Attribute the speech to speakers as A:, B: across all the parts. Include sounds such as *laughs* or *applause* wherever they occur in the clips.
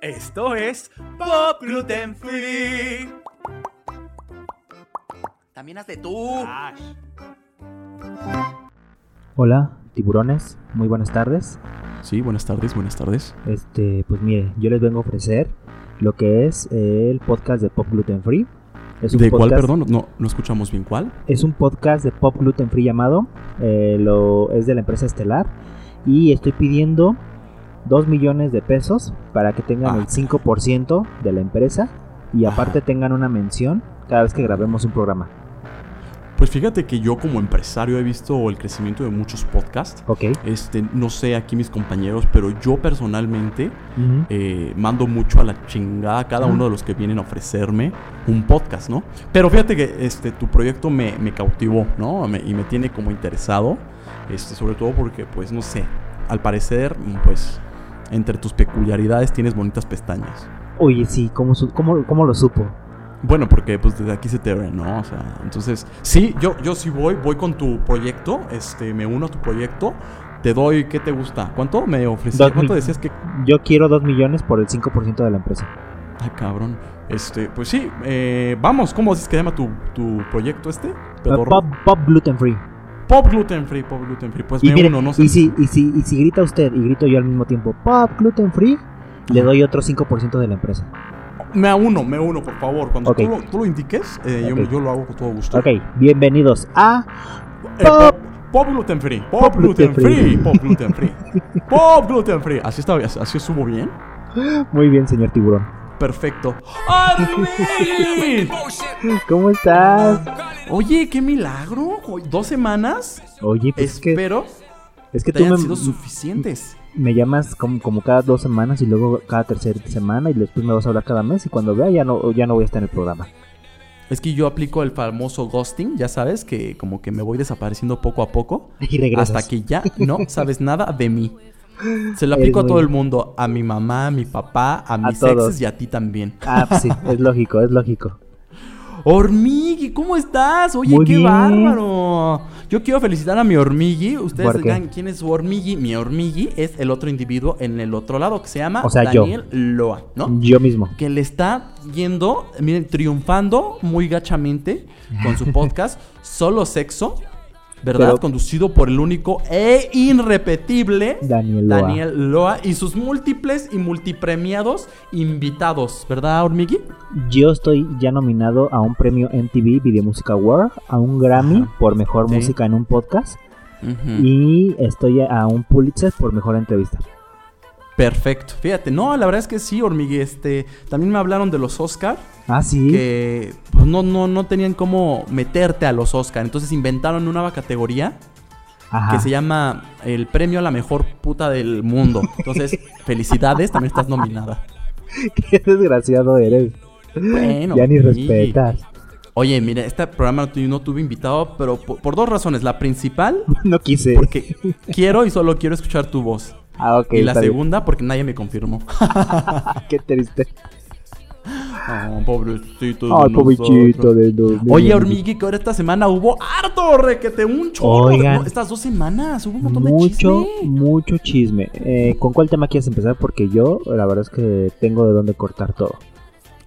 A: Esto es Pop Gluten Free.
B: También hazle tú.
A: Ash.
C: Hola, tiburones, muy buenas tardes.
D: Sí, buenas tardes, buenas tardes.
C: Este, pues mire, yo les vengo a ofrecer lo que es eh, el podcast de Pop Gluten Free. Es
D: ¿De cuál,
C: podcast,
D: perdón? No, no escuchamos bien cuál.
C: Es un podcast de Pop Gluten Free llamado, eh, lo, es de la empresa Estelar y estoy pidiendo 2 millones de pesos para que tengan
D: Ah.
C: el 5% de la empresa y aparte tengan una mención cada vez que grabemos un programa,
D: Pues fíjate que yo como empresario he visto el crecimiento de muchos podcasts.
C: ¿ok?
D: Este, no sé aquí mis compañeros, pero yo personalmente
C: Ujú.
D: eh, mando mucho a la chingada a cada
C: Ajá.
D: uno de los que vienen a ofrecerme un podcast, ¿no? Pero fíjate que este, tu proyecto me, me cautivó, ¿no? Me- y me tiene como interesado, este, sobre todo porque, pues, no sé, al parecer, pues, entre tus peculiaridades tienes bonitas pestañas.
C: Oye, sí, ¿cómo, su- cómo, cómo lo supo?
D: Bueno, porque pues desde aquí se te ve, ¿no? O sea, entonces, sí, yo, yo sí voy, voy con tu proyecto, este, me uno a tu proyecto, te doy, ¿qué te gusta? ¿Cuánto me ofrecías?
C: Dos
D: ¿Cuánto
C: mil.
D: decías que...
C: Yo quiero 2 millones por el 5% de la empresa.
D: Ah, cabrón. Este, pues sí, eh, vamos, ¿cómo dices que se llama tu, tu proyecto este? Pedorro.
C: Ah, Pop, pop Gluten Free.
D: Pop Gluten Free, Pop Gluten Free, pues
C: Y,
D: me
C: mire,
D: uno, no sé.
C: y, si, y, si, y si grita usted y grito yo al mismo tiempo, pop, gluten free, le doy otro 5% de la empresa.
D: Me uno, me uno, por favor. Cuando
C: Ok.
D: tú, lo, tú lo indiques, eh, yo,
C: Ok.
D: yo lo hago con todo gusto.
C: Ok, bienvenidos a...
D: Eh, pop, pop gluten free, pop gluten free, pop gluten
C: *laughs*
D: free, pop gluten free. Así está, así subo bien.
C: Muy bien, señor tiburón.
D: Perfecto. ¡Armin!
C: ¿Cómo estás?
D: *laughs* Oye, qué milagro. Hoy- Dos semanas.
C: Oye, pues es que,
D: Espero
C: es que
D: que te
C: tú
D: hayan
C: me,
D: sido suficientes.
C: me llamas como, como cada dos semanas y luego cada tercera semana y después me vas a hablar cada mes y cuando vea ya no, ya no voy a estar en el programa. *laughs*
D: Es que yo aplico el famoso ghosting, ya sabes, que como que me voy desapareciendo poco a poco.
C: Y regresas.
D: Hasta que ya no sabes nada de mí. Se lo aplico
C: Eres
D: a todo
C: muy-
D: el mundo, a mi mamá, a mi papá, a mis
C: todos.
D: exes y a ti también.
C: Ah, pues sí, es lógico, es
D: *laughs*
C: lógico.
D: Hormigui, ¿cómo estás? Oye,
C: Muy
D: qué
C: bien.
D: bárbaro. Yo quiero felicitar a mi hormigui. Ustedes
C: ¿Por qué?
D: digan quién es su hormigui. Mi hormigui es el otro individuo en el otro lado que se llama
C: O sea, yo. Mm.
D: Daniel Loa, ¿no?
C: Yo mismo.
D: Que le está yendo, miren, triunfando muy gachamente
C: *laughs*
D: con su podcast Solo Sexo, ¿verdad?
C: Pero-
D: Conducido por el único e irrepetible
C: Daniel Loa.
D: Daniel Loa y sus múltiples y multipremiados invitados, ¿verdad, hormigui?
C: Yo estoy ya nominado a un premio MTV Video Music Award, a un Grammy
D: Ajá. Mm.
C: por mejor
D: Sí.
C: música en un podcast
D: Ujú.
C: y estoy a un Pulitzer por mejor entrevista.
D: Perfecto, fíjate, no, la verdad es que sí, hormigue, este, también me hablaron de los Oscar,
C: Ah, sí.
D: que pues, no, no, no tenían cómo meterte a los Oscar, entonces inventaron una nueva categoría
C: Ajá.
D: que se llama el premio a la mejor puta del mundo,
C: *laughs*
D: entonces felicidades, también estás nominada.
C: *laughs* Qué desgraciado eres.
D: Bueno,
C: ya ni
D: hormigue.
C: respetas. *laughs*
D: Oye, mira, este programa no tu- no tuve invitado, pero por, por dos razones, la principal,
C: No quise.
D: porque quiero y solo quiero escuchar tu voz,
C: Ah, ok.
D: y la
C: está bien.
D: segunda porque nadie
C: *laughs*
D: me confirmó.
C: Qué triste.
D: Ah, pobrecito. de
C: Ay,
D: nosotros.
C: pobrecito de los
D: Oye,
C: niños.
D: Hormigui, que ahora esta semana hubo harto requete, un chorro.
C: Oigan.
D: No, estas dos semanas hubo un montón
C: Mucho,
D: de chisme.
C: mucho chisme. Eh, ¿Con cuál tema quieres empezar? Porque yo, la verdad es que tengo de dónde cortar todo.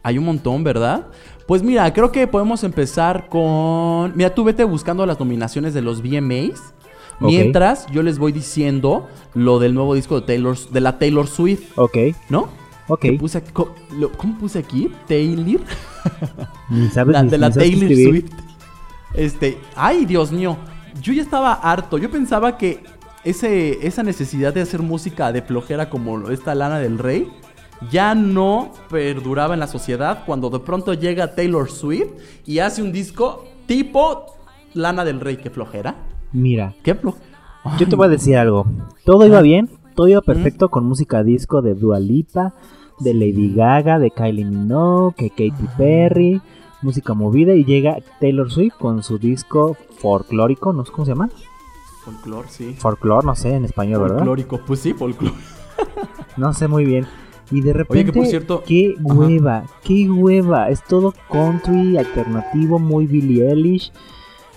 D: Hay un montón, ¿verdad? Pues mira, creo que podemos empezar con... Mira, tú vete buscando las nominaciones de los VMAs.
C: Ok.
D: Mientras yo les voy diciendo lo del nuevo disco de Taylor, de la Taylor Swift,
C: Ok,
D: ¿no?
C: ok.
D: Que puse aquí- co- lo- ¿Cómo puse aquí? Taylor.
C: Ni sabes
D: La-
C: Pues ni-
D: de
C: ni
D: la
C: sabes
D: Taylor
C: escribir.
D: Swift. Este, ay, Dios mío. Yo ya estaba harto. Yo pensaba que ese, esa necesidad de hacer música de flojera como esta Lana del Rey ya no perduraba en la sociedad cuando de pronto llega Taylor Swift y hace un disco tipo Lana del Rey. ¿Qué flojera?
C: Mira,
D: ¿Qué flojera?
C: Yo te voy a decir algo. Todo iba bien, todo iba perfecto con música disco de Dua Lipa, de Lady Gaga, de Kylie Minogue, que Katy Perry, música movida y llega Taylor Swift con su disco folclórico, no sé cómo se llama.
D: Folclor, sí.
C: Folclor, no sé en español, ¿verdad?
D: Folclórico. Pues sí, folclor.
C: No sé muy bien. Y de repente,
D: Oye, que por cierto-
C: qué
D: Ajá.
C: hueva, qué hueva. Es todo country, alternativo, muy Billie Eilish.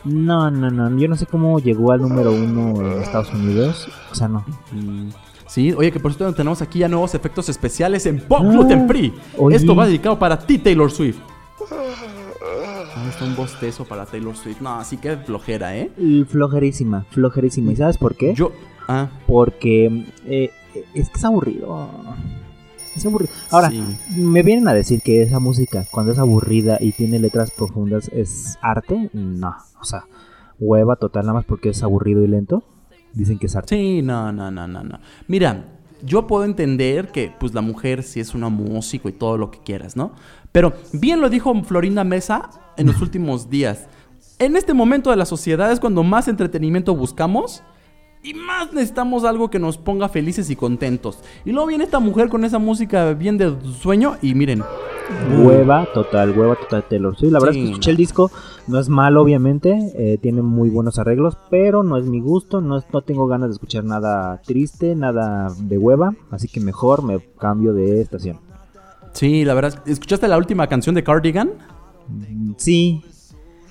C: No, no, no. Yo no sé cómo llegó al número uno en Estados Unidos. O sea, no.
D: Mm. Sí, oye, que por cierto tenemos aquí ya nuevos efectos especiales en Pop
C: Ah,
D: Gluten Free.
C: oye.
D: Esto va dedicado para ti, Taylor Swift. Ah, está un bostezo para Taylor Swift. No, así que flojera, ¿eh?
C: Y Flojerísima, flojerísima. ¿Y sabes por qué?
D: Yo. Ah,
C: Porque eh, es que es aburrido. Es aburrido. Ahora,
D: sí.
C: me vienen a decir que esa música, cuando es aburrida y tiene letras profundas, es arte. No, o sea, hueva total nada más porque es aburrido y lento. Dicen que es arte.
D: Sí, no, no, no, no, no. Mira, yo puedo entender que pues la mujer sí es una músico y todo lo que quieras, ¿no? Pero bien lo dijo Florinda Mesa en los últimos días. En este momento de la sociedad es cuando más entretenimiento buscamos y más necesitamos algo que nos ponga felices y contentos. Y luego viene esta mujer con esa música bien de sueño y miren,
C: Hueva total, hueva total Taylor Swift. La verdad
D: Sí,
C: es que escuché el disco, no es malo obviamente, eh, tiene muy buenos arreglos, pero no es mi gusto, no, es- no tengo ganas de escuchar nada triste, nada de hueva, así que mejor me cambio de estación.
D: sí, la verdad, ¿escuchaste la última canción de Cardigan?
C: Mm, Sí,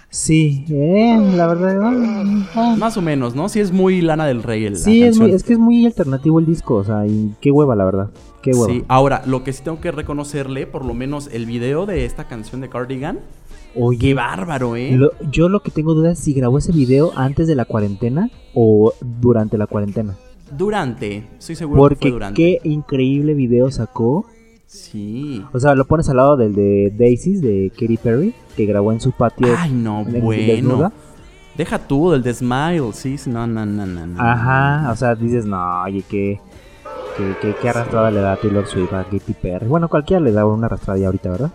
C: sí, eh, la verdad, ah, ah.
D: Más o menos, ¿no? Sí es muy Lana del Rey el, la
C: sí, es,
D: canción.
C: muy- es que es muy alternativo el disco, o sea, y qué hueva la verdad, qué hueva.
D: Sí, ahora, lo que sí tengo que reconocerle, por lo menos el video de esta canción de Cardigan, qué
C: Oye,
D: bárbaro, ¿eh?
C: lo- yo lo que tengo duda es si grabó ese video antes de la cuarentena o durante la cuarentena.
D: Durante, estoy seguro que fue
C: Porque
D: durante.
C: qué increíble video sacó.
D: Sí.
C: O sea, lo pones al lado del de Daisies de Katy Perry, que grabó en su patio.
D: Ay, no,
C: en-
D: Ah, bueno.
C: desnuda.
D: Deja tú del de Smile, sí, sí, no, no, no, no. no.
C: Ajá, o sea, dices, no, oye, qué, qué, qué, qué arrastrada le da a Taylor Swift a Katy Perry. Bueno, cualquiera le da una arrastrada ya ahorita, ¿verdad?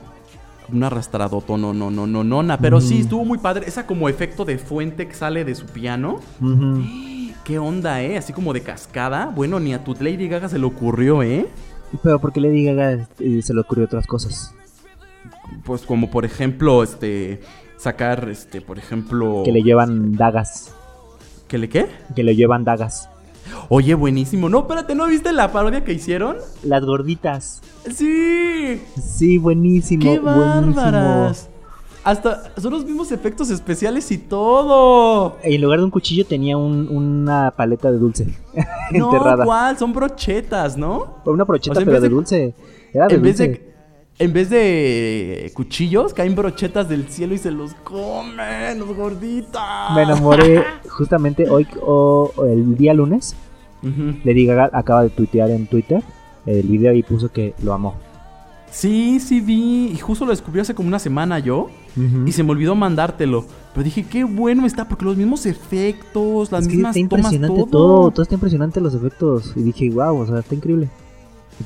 D: Un arrastradoto, no, no, no, no, no, na. Pero sí,
C: Mm.
D: estuvo muy padre. Esa como efecto de fuente que sale de su piano.
C: Ujú.
D: ¿Qué onda, eh? Así como de cascada. Bueno, ni a tu Lady Gaga se le ocurrió, ¿eh?
C: Pero porque le diga se le ocurrió otras cosas.
D: Pues como, por ejemplo, este... Sacar, este, por ejemplo...
C: Que le llevan dagas.
D: ¿Que le qué?
C: Que le llevan dagas.
D: Oye, buenísimo. No, espérate, ¿no viste la parodia que hicieron?
C: Las gorditas.
D: Sí.
C: Sí, buenísimo.
D: ¡Qué
C: buenísimo.
D: bárbaras! Hasta son los mismos efectos especiales y todo.
C: En lugar de un cuchillo tenía un- una paleta de dulce *laughs*
D: No,
C: enterrada.
D: ¿cuál? Son brochetas, ¿no?
C: Una brocheta,
D: O sea, en
C: pero
D: vez
C: de,
D: de-
C: dulce. Era de
D: En vez
C: dulce.
D: de, en vez de cuchillos, caen brochetas del cielo y se los comen, los gorditos.
C: Me enamoré
D: Ah.
C: justamente hoy, o, o el día lunes.
D: Ujú.
C: Lady Gaga acaba de tuitear en Twitter el video y puso que lo amó.
D: Sí, sí vi. Y justo lo descubrí hace como una semana yo.
C: Ujú.
D: Y se me olvidó mandártelo. Pero dije, qué bueno está, porque los mismos efectos, las
C: Es que
D: mismas
C: está
D: tomas,
C: impresionante
D: todo.
C: todo. todo está impresionante los efectos. Y dije, wow, o sea, está increíble.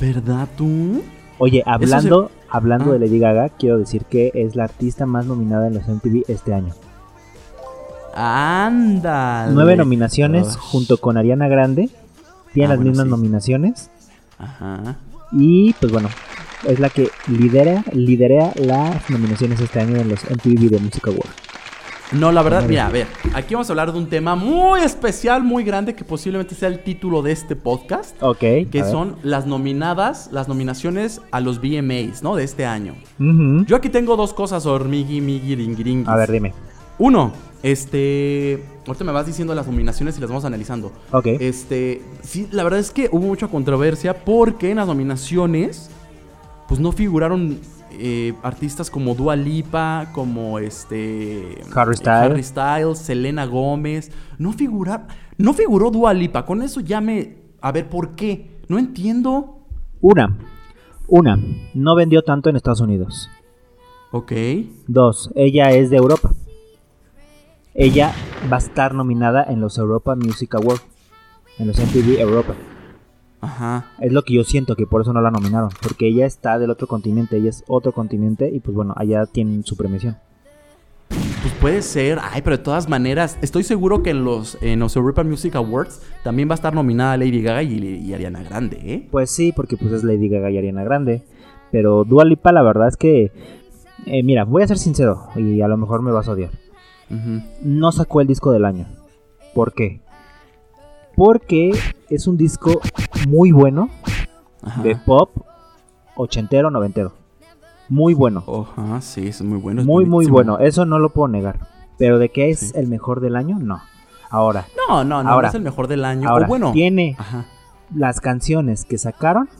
D: ¿Verdad tú?
C: Oye, hablando, hablando
D: Ah.
C: de Lady Gaga, quiero decir que es la artista más nominada en los MTV este año.
D: Anda.
C: Nueve nominaciones
D: Ah.
C: junto con Ariana Grande. Tiene
D: Ah,
C: las
D: bueno,
C: mismas
D: sí.
C: nominaciones.
D: Ajá.
C: Y pues bueno, es la que lidera, lidera las nominaciones este año en los MTV Video Music Awards.
D: No, la verdad, mira, a ver, aquí vamos a hablar de un tema muy especial, muy grande, que posiblemente sea el título de este podcast,
C: Ok.
D: que
C: a ver.
D: son las nominadas, las nominaciones a los VMAs, ¿no? De este año.
C: Ujú.
D: Yo aquí tengo dos cosas, hormigui, migui, ringiringuis.
C: A ver, dime.
D: Uno, este. Ahorita me vas diciendo las nominaciones y las vamos analizando.
C: Ok.
D: Este, sí, la verdad es que hubo mucha controversia porque en las nominaciones, pues no figuraron eh, artistas como Dua Lipa, como este.
C: Harry
D: eh,
C: Styles.
D: Harry Styles, Selena Gómez. No figura, no figuró Dua Lipa. Con eso ya me. A ver, ¿por qué? No entiendo.
C: Una. Una. No vendió tanto en Estados Unidos.
D: Ok.
C: Dos, ella es de Europa. Ella va a estar nominada en los Europa Music Awards, en los MTV Europa.
D: Ajá.
C: Es lo que yo siento que por eso no la nominaron, porque ella está del otro continente, ella es otro continente y pues bueno, allá tienen su premiación.
D: Pues puede ser. Ay, pero de todas maneras, estoy seguro que en los, en los Europa Music Awards también va a estar nominada Lady Gaga y, y Ariana Grande, ¿eh?
C: Pues sí, porque pues es Lady Gaga y Ariana Grande, pero Dua Lipa la verdad es que eh, mira, voy a ser sincero y a lo mejor me vas a odiar.
D: Ujú.
C: no sacó el disco del año. ¿Por qué? Porque es un disco muy bueno
D: Ajá.
C: de pop ochentero, noventero. Muy bueno.
D: Ajá, sí, es muy bueno. Oh, es
C: Muy, muy
D: buenísimo.
C: bueno. Eso no lo puedo negar. Pero de que es
D: Sí.
C: el mejor del año, no. Ahora,
D: No, no, no,
C: Ahora.
D: no es el mejor del año.
C: ahora
D: o bueno.
C: tiene
D: Ajá.
C: las canciones que sacaron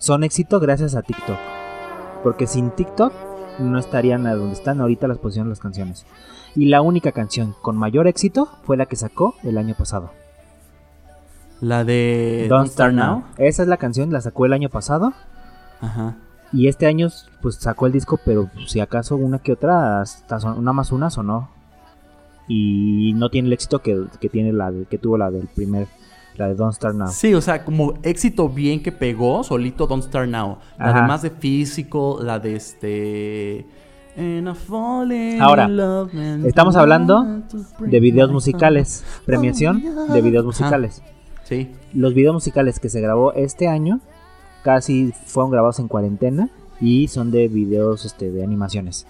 C: son éxito gracias a TikTok. Porque sin TikTok no estarían a donde están ahorita las posiciones de las canciones. Y la única canción con mayor éxito fue la que sacó el año pasado.
D: La de
C: Eh, Don't Start Now. Esa es la canción, la sacó el año pasado.
D: Ajá.
C: Y este año pues sacó el disco, pero si acaso una que otra, hasta son- una más una sonó. Y no tiene el éxito que, que tiene la de- que tuvo la del primer, la de Don't Start Now.
D: Sí, o sea, como éxito bien que pegó, solito Don't Start Now.
C: Ajá.
D: Además de físico, la de este. And I fall in
C: Ahora,
D: love and-
C: estamos hablando De videos musicales, premiación de videos musicales.
D: Sí,
C: Los videos musicales que se grabó este año casi fueron grabados en cuarentena y son de videos este, de animaciones.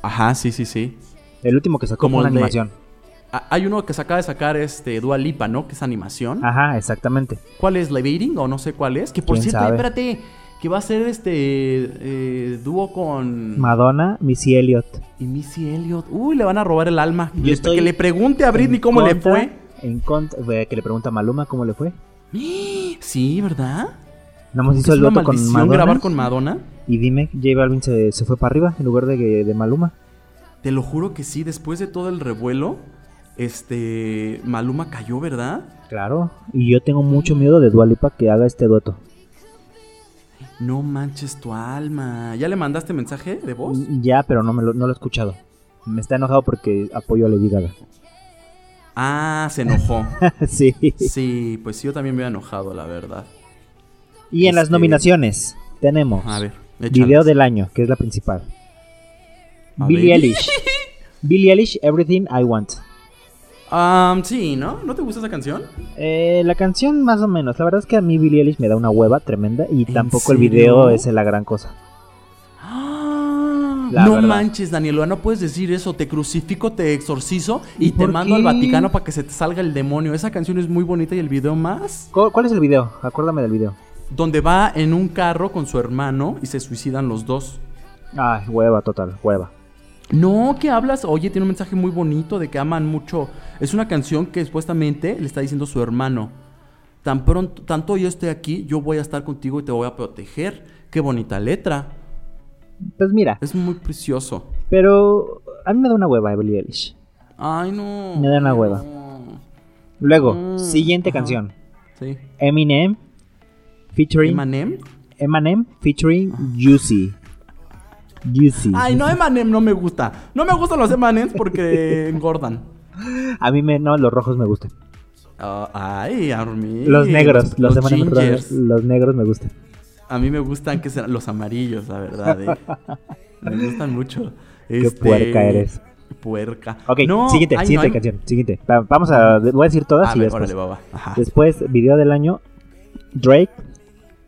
D: ajá, sí, sí, sí.
C: El último que sacó
D: Como
C: fue una
D: el de-
C: animación.
D: Ah, Hay uno que se acaba de sacar este Dua Lipa, ¿no? Que es animación.
C: Ajá, exactamente.
D: ¿Cuál es? ¿Levating? O no sé cuál es. Que por
C: ¿Quién
D: cierto,
C: sabe?
D: espérate, que va a ser este eh, dúo con
C: Madonna, Missy Elliott.
D: y Missy Elliot. Uy, le van a robar el alma.
C: Yo
D: Le-
C: estoy
D: Que le pregunte a Britney
C: en
D: cómo le
C: contra-
D: fue.
C: En contra, eh, que le pregunta a Maluma cómo le fue.
D: Sí, ¿verdad?
C: Nada más hizo
D: ¿Es
C: el
D: una
C: dueto con
D: maldición
C: Madonna.
D: grabar con Madonna?
C: Y dime, J Balvin se, se fue para arriba en lugar de, que- de Maluma.
D: Te lo juro que sí, después de todo el revuelo, este Maluma cayó, ¿verdad?
C: Claro. Y yo tengo mucho miedo de Dualipa que haga este dueto.
D: No manches tu alma. ¿Ya le mandaste mensaje de voz?
C: Mm, Ya, pero no, me lo, no lo he escuchado. Me está enojado porque apoyo a Lady Gaga. *laughs*
D: Ah, se enojó.
C: sí.
D: Sí, pues yo también me he enojado, la verdad.
C: Y en las
D: Este-
C: nominaciones tenemos
D: A ver,
C: Video
D: échalas.
C: del Año, que es la principal.
D: A
C: Billie
D: ver. *laughs*
C: Eilish. Billie Eilish, Everything I Want.
D: Am, sí, ¿no? ¿No te gusta esa canción?
C: Eh, la canción más o menos. La verdad es que a mí Billie Eilish me da una hueva tremenda y
D: ¿En
C: tampoco el
D: serio?
C: video es la gran cosa. La
D: no
C: verdad.
D: manches, Daniela, no puedes decir eso. Te crucifico, te exorcizo y te
C: por
D: mando al
C: qué?
D: Vaticano para que se te salga el demonio. Esa canción es muy bonita y el video más.
C: ¿Cu- ¿Cuál es el video? Acuérdame del video.
D: Donde va en un carro con su hermano y se suicidan los dos.
C: Ay, hueva total, hueva.
D: No, ¿qué hablas? Oye, tiene un mensaje muy bonito de que aman mucho. Es una canción que supuestamente le está diciendo su hermano. Tan pronto, tanto yo esté aquí, yo voy a estar contigo y te voy a proteger. Qué bonita letra.
C: Pues mira,
D: Es muy precioso.
C: pero a mí me da una hueva Billie Eilish.
D: Ay, no.
C: Me da una hueva.
D: No.
C: Luego,
D: Mm,
C: siguiente
D: ajá.
C: canción.
D: Sí.
C: Eminem featuring
D: Emanem.
C: Eminem featuring Juicy. Juicy.
D: Ay, no, Emanem no me gusta. No me gustan los Emanems *laughs* porque engordan.
C: A mí me no, los rojos me gustan.
D: Ah, ay, a mí.
C: Los negros, los, Eminem rojos,
D: gingers.
C: los negros me gustan.
D: A mí me gustan que serán los amarillos, la verdad. eh. Me gustan mucho.
C: *laughs*
D: Este,
C: Qué puerca eres.
D: Puerca.
C: Ok,
D: No,
C: siguiente,
D: ay,
C: siguiente
D: no, em-
C: canción, siguiente. Va- Vamos a voy a decir todas
D: A
C: y
D: ver,
C: después.
D: órale, va, va. Ajá.
C: Después, video del año Drake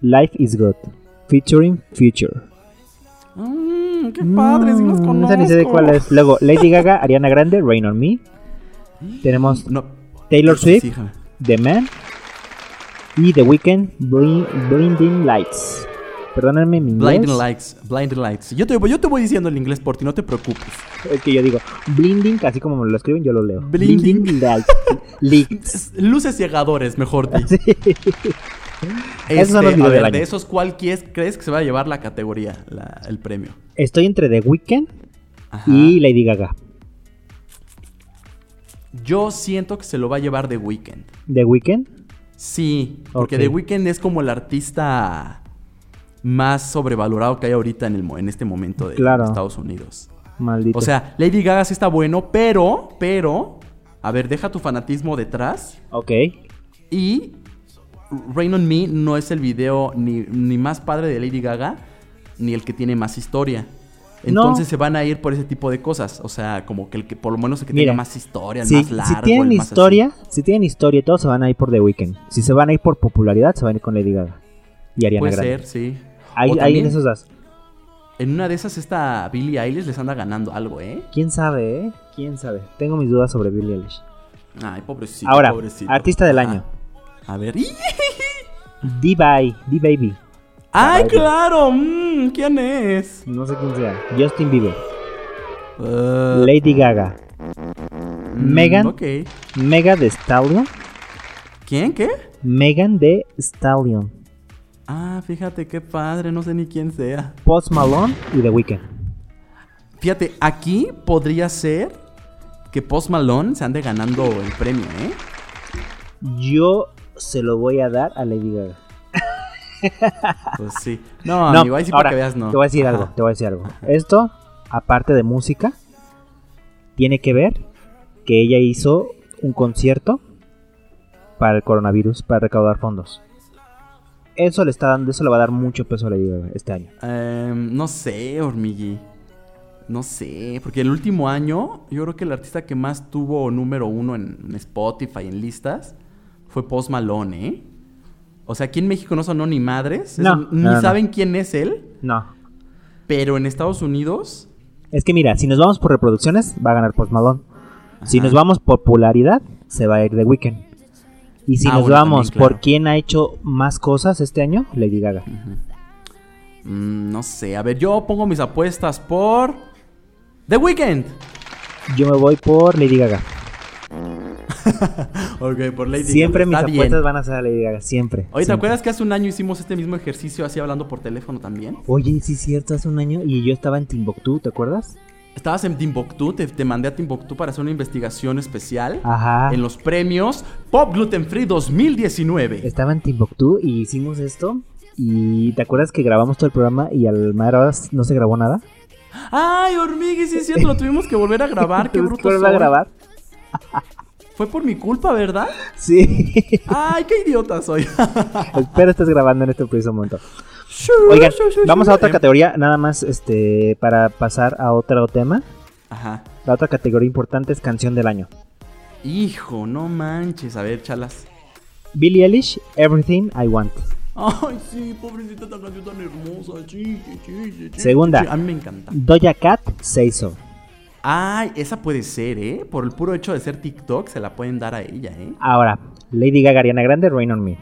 C: Life is Good featuring Future.
D: Mm, qué padre, sí los
C: Mm,
D: conozco.
C: esa ni sé de cuál es. Luego, Lady Gaga, Ariana Grande, Rain on
D: *gasps*
C: Me. Tenemos
D: No.
C: Taylor
D: Sí,
C: Swift,
D: sí, hija.
C: The Man. Y The Weeknd, Bli- Blinding Lights. Perdónenme mi inglés.
D: Blinding Lights, Blinding Lights. Yo te, voy- yo te voy diciendo el inglés por ti, no te preocupes.
C: Es que yo digo, Blinding, así como me lo escriben, yo lo leo.
D: Blinding.
C: Lights. Lights.
D: S- Luces llegadores, mejor dicho. Este,
C: Sí. Esos son los videos
D: a ver,
C: del año.
D: de esos, ¿cuál quies- crees que se va a llevar la categoría, la- el premio?
C: Estoy entre The Weeknd
D: Ajá.
C: y Lady Gaga.
D: Yo siento que se lo va a llevar The Weeknd.
C: The Weeknd.
D: Sí, porque
C: Ok.
D: The Weeknd es como el artista más sobrevalorado que hay ahorita en, el, mo- en este momento de
C: Claro.
D: de Estados Unidos.
C: Maldito.
D: O sea, Lady Gaga sí está bueno, pero, pero, a ver, deja tu fanatismo detrás.
C: Ok.
D: Y Rain on Me no es el video ni, ni más padre de Lady Gaga, ni el que tiene más historia.
C: No.
D: Entonces se van a ir por ese tipo de cosas. O sea, como que el que por lo menos el que
C: Mira,
D: tenga más historia, el
C: Si,
D: más
C: si
D: largo.
C: tienen
D: el más así.
C: historia, si tienen historia y todo, se van a ir por The Weeknd. Si se van a ir por popularidad, se van a ir con Lady Gaga. Y Ariana
D: Puede
C: Grande.
D: ser, sí.
C: Ahí,
D: O
C: ahí en
D: también-
C: esos das.
D: En una de esas, esta Billie Eilish les anda ganando algo, ¿eh?
C: ¿Quién sabe, eh? ¿Quién sabe? Tengo mis dudas sobre Billie Eilish.
D: Ay, pobrecito.
C: Ahora,
D: pobrecito.
C: artista del
D: Ah,
C: año.
D: A ver.
C: D-Bye, D-Baby.
D: ¡Ay,
C: Caray.
D: claro! mm, ¿Quién es?
C: No sé quién sea. Justin Bieber.
D: Uh,
C: Lady Gaga.
D: mm,
C: Megan.
D: Ok.
C: Mega de Stallion.
D: ¿Quién? ¿Qué?
C: Megan de Stallion,
D: Ah, fíjate qué padre, no sé ni quién sea.
C: Post Malone y The Weeknd.
D: Fíjate, aquí podría ser que Post Malone se ande ganando el premio, ¿eh?
C: Yo se lo voy a dar a Lady Gaga.
D: Pues sí.
C: *laughs*
D: No, amigo, ahí sí para
C: ahora,
D: que veas, no.
C: Te voy a decir
D: Ajá.
C: algo, te voy a decir algo. Esto, aparte de música, tiene que ver que ella hizo un concierto para el coronavirus, para recaudar fondos. Eso le está dando, eso le va a dar mucho peso a Lady Gaga este año.
D: Em, no sé, Hormigui. No sé, porque el último año yo creo que el artista que más tuvo número uno en en Spotify, en listas, fue Post Malone, ¿eh? O sea, aquí en México no sonó ni madres, eso-
C: No,
D: ni
C: no, no.
D: saben quién es él,
C: No.
D: pero en Estados Unidos...
C: Es que mira, si nos vamos por reproducciones, va a ganar Post Malone. Si
D: Ajá.
C: nos vamos por popularidad, se va a ir The Weeknd. Y si
D: Ah,
C: nos
D: bueno,
C: vamos
D: también, claro.
C: por quién ha hecho más cosas este año, Lady Gaga.
D: mm, no sé, a ver, yo pongo mis apuestas por... The Weeknd.
C: Yo me voy por Lady Gaga.
D: Ok, por Lady
C: siempre mis
D: Gaga, está
C: apuestas
D: bien.
C: van a ser a Lady Gaga, siempre.
D: Oye, ¿te
C: siempre.
D: acuerdas que hace un año hicimos este mismo ejercicio así hablando por teléfono también?
C: Oye, sí es cierto, hace un año y yo estaba en Timbuktu, ¿te acuerdas?
D: Estabas en Timbuktu, te, te mandé a Timbuktu para hacer una investigación especial
C: Ajá.
D: en los premios Pop Gluten Free 2019.
C: Estaba en Timbuktu y hicimos esto. Y ¿te acuerdas que grabamos todo el programa y al mar ahora no se grabó nada?
D: ¡Ay, hormigues! Sí, es cierto, lo tuvimos que volver a
C: *laughs*
D: grabar. ¡Qué
C: Entonces,
D: bruto
C: ¿fueron a
D: soy!
C: grabar?
D: Fue por mi culpa, ¿verdad?
C: Sí.
D: ¡Ay, qué idiota soy!
C: Espero estés grabando en este preciso momento. *laughs* Oigan, vamos a otra
D: Em,
C: categoría, nada más este para pasar a otro tema.
D: Ajá.
C: La otra categoría importante es canción del año.
D: Hijo, no manches. A ver, chalas.
C: Billie Eilish, Everything I Want.
D: ¡Ay, sí, pobrecita, tan canción tan hermosa! Sí, sí, sí, sí, sí.
C: Segunda.
D: Sí, a mí me encanta.
C: Doja Cat, Say So.
D: ¡Ay, esa puede ser, eh! Por el puro hecho de ser TikTok, se la pueden dar a ella, eh.
C: Ahora, Lady Gaga, Ariana Grande, Rain on Me.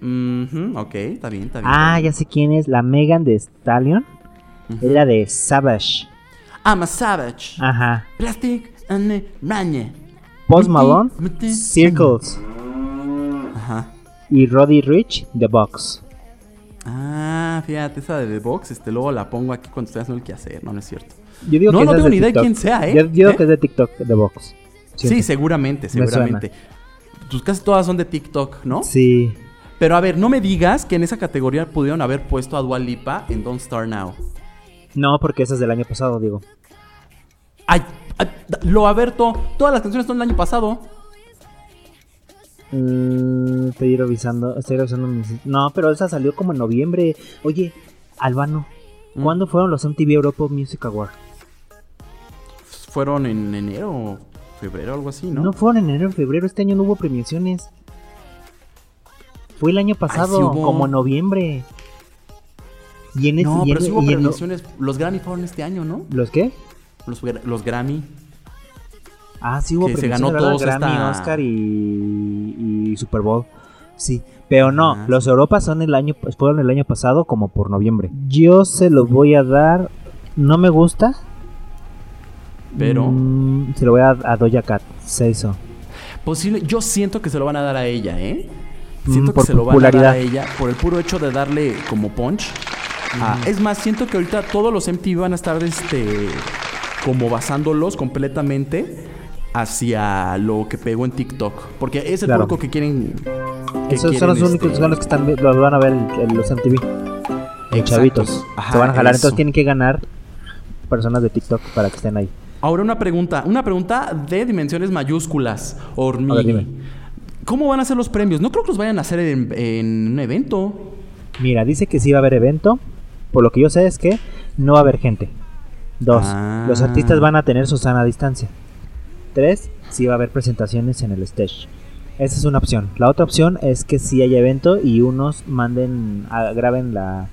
D: Ujú, ok, está bien, está bien.
C: Ah,
D: está bien.
C: ya sé quién es, la Megan de Stallion.
D: Ujú.
C: Es la de Savage.
D: I'm a savage.
C: Ajá.
D: Plastic and a Rañe.
C: Post
D: Mete,
C: Malone,
D: mete.
C: Circles.
D: Ajá.
C: Y Roddy Rich, The Box.
D: Ah, fíjate, esa de The Box, este, luego la pongo aquí cuando estoy haciendo el quehacer, no, no es cierto.
C: Yo digo
D: No,
C: que
D: no
C: esa es
D: tengo
C: de
D: ni idea de
C: TikTok.
D: quién sea, ¿eh?
C: Yo, yo digo
D: ¿Eh?
C: que es de TikTok, The Box.
D: Sí,
C: Siento.
D: seguramente,
C: suena.
D: seguramente. Pues casi todas son de TikTok, ¿no?
C: Sí.
D: Pero a ver, no me digas que en esa categoría pudieron haber puesto a Dua Lipa en Don't Star Now.
C: No, porque esa es del año pasado, digo.
D: Ay, ay, da- lo Alberto, todas las canciones son del año pasado.
C: Mm, estoy revisando, estoy revisando mis... No, pero esa salió como en noviembre. Oye, Albano,
D: Mm.
C: ¿cuándo fueron los MTV Europa Music Awards?
D: Fueron en enero, febrero, algo así,
C: ¿No?
D: ¿no?
C: fueron en enero, febrero, este año no hubo premiaciones. Fue el año pasado,
D: sí hubo.
C: como en noviembre. Y en
D: No,
C: y en-
D: pero sí hubo
C: y en-
D: premiaciones. Los Grammy fueron este año, ¿no?
C: ¿Los qué?
D: Los, gra- los Grammy.
C: Ah, sí hubo
D: Que se
C: premiaciones,
D: ganó
C: ¿verdad?
D: todos
C: Grammy,
D: esta-
C: Oscar y, y Super Bowl. Sí, pero no,
D: Ajá.
C: los Europas son el año pues, fueron el año pasado como por noviembre. Yo se los voy a dar, no me gusta,
D: Pero-
C: Mm, se lo voy a dar a Doja Cat, se hizo.
D: Posible, yo siento que se lo van a dar a ella, ¿eh? Siento
C: Mm, por
D: que se lo van a dar
C: popularidad.
D: a ella por el puro hecho de darle como punch. Ah, es más, siento que ahorita todos los MTV van a estar este como basándolos completamente hacia lo que pegó en TikTok, porque es el
C: Claro.
D: público que quieren que
C: Esos
D: quieren,
C: son los únicos
D: este,
C: son los que están vi- los van a ver en- en los MTV. Los
D: Exacto.
C: chavitos.
D: Ajá,
C: se van a jalar,
D: eso.
C: entonces tienen que ganar personas de TikTok para que estén ahí.
D: Ahora una pregunta, una pregunta de dimensiones mayúsculas, Hormigui.
C: A ver, dime.
D: ¿Cómo van a ser los premios? No creo que los vayan a hacer en, en un evento.
C: Mira, dice que sí va a haber evento. Por lo que yo sé es que no va a haber gente. Dos,
D: Ah.
C: los artistas van a tener su sana distancia. Tres, sí va a haber presentaciones en el stage. Esa es una opción. La otra opción es que sí haya evento y unos manden, a- graben la,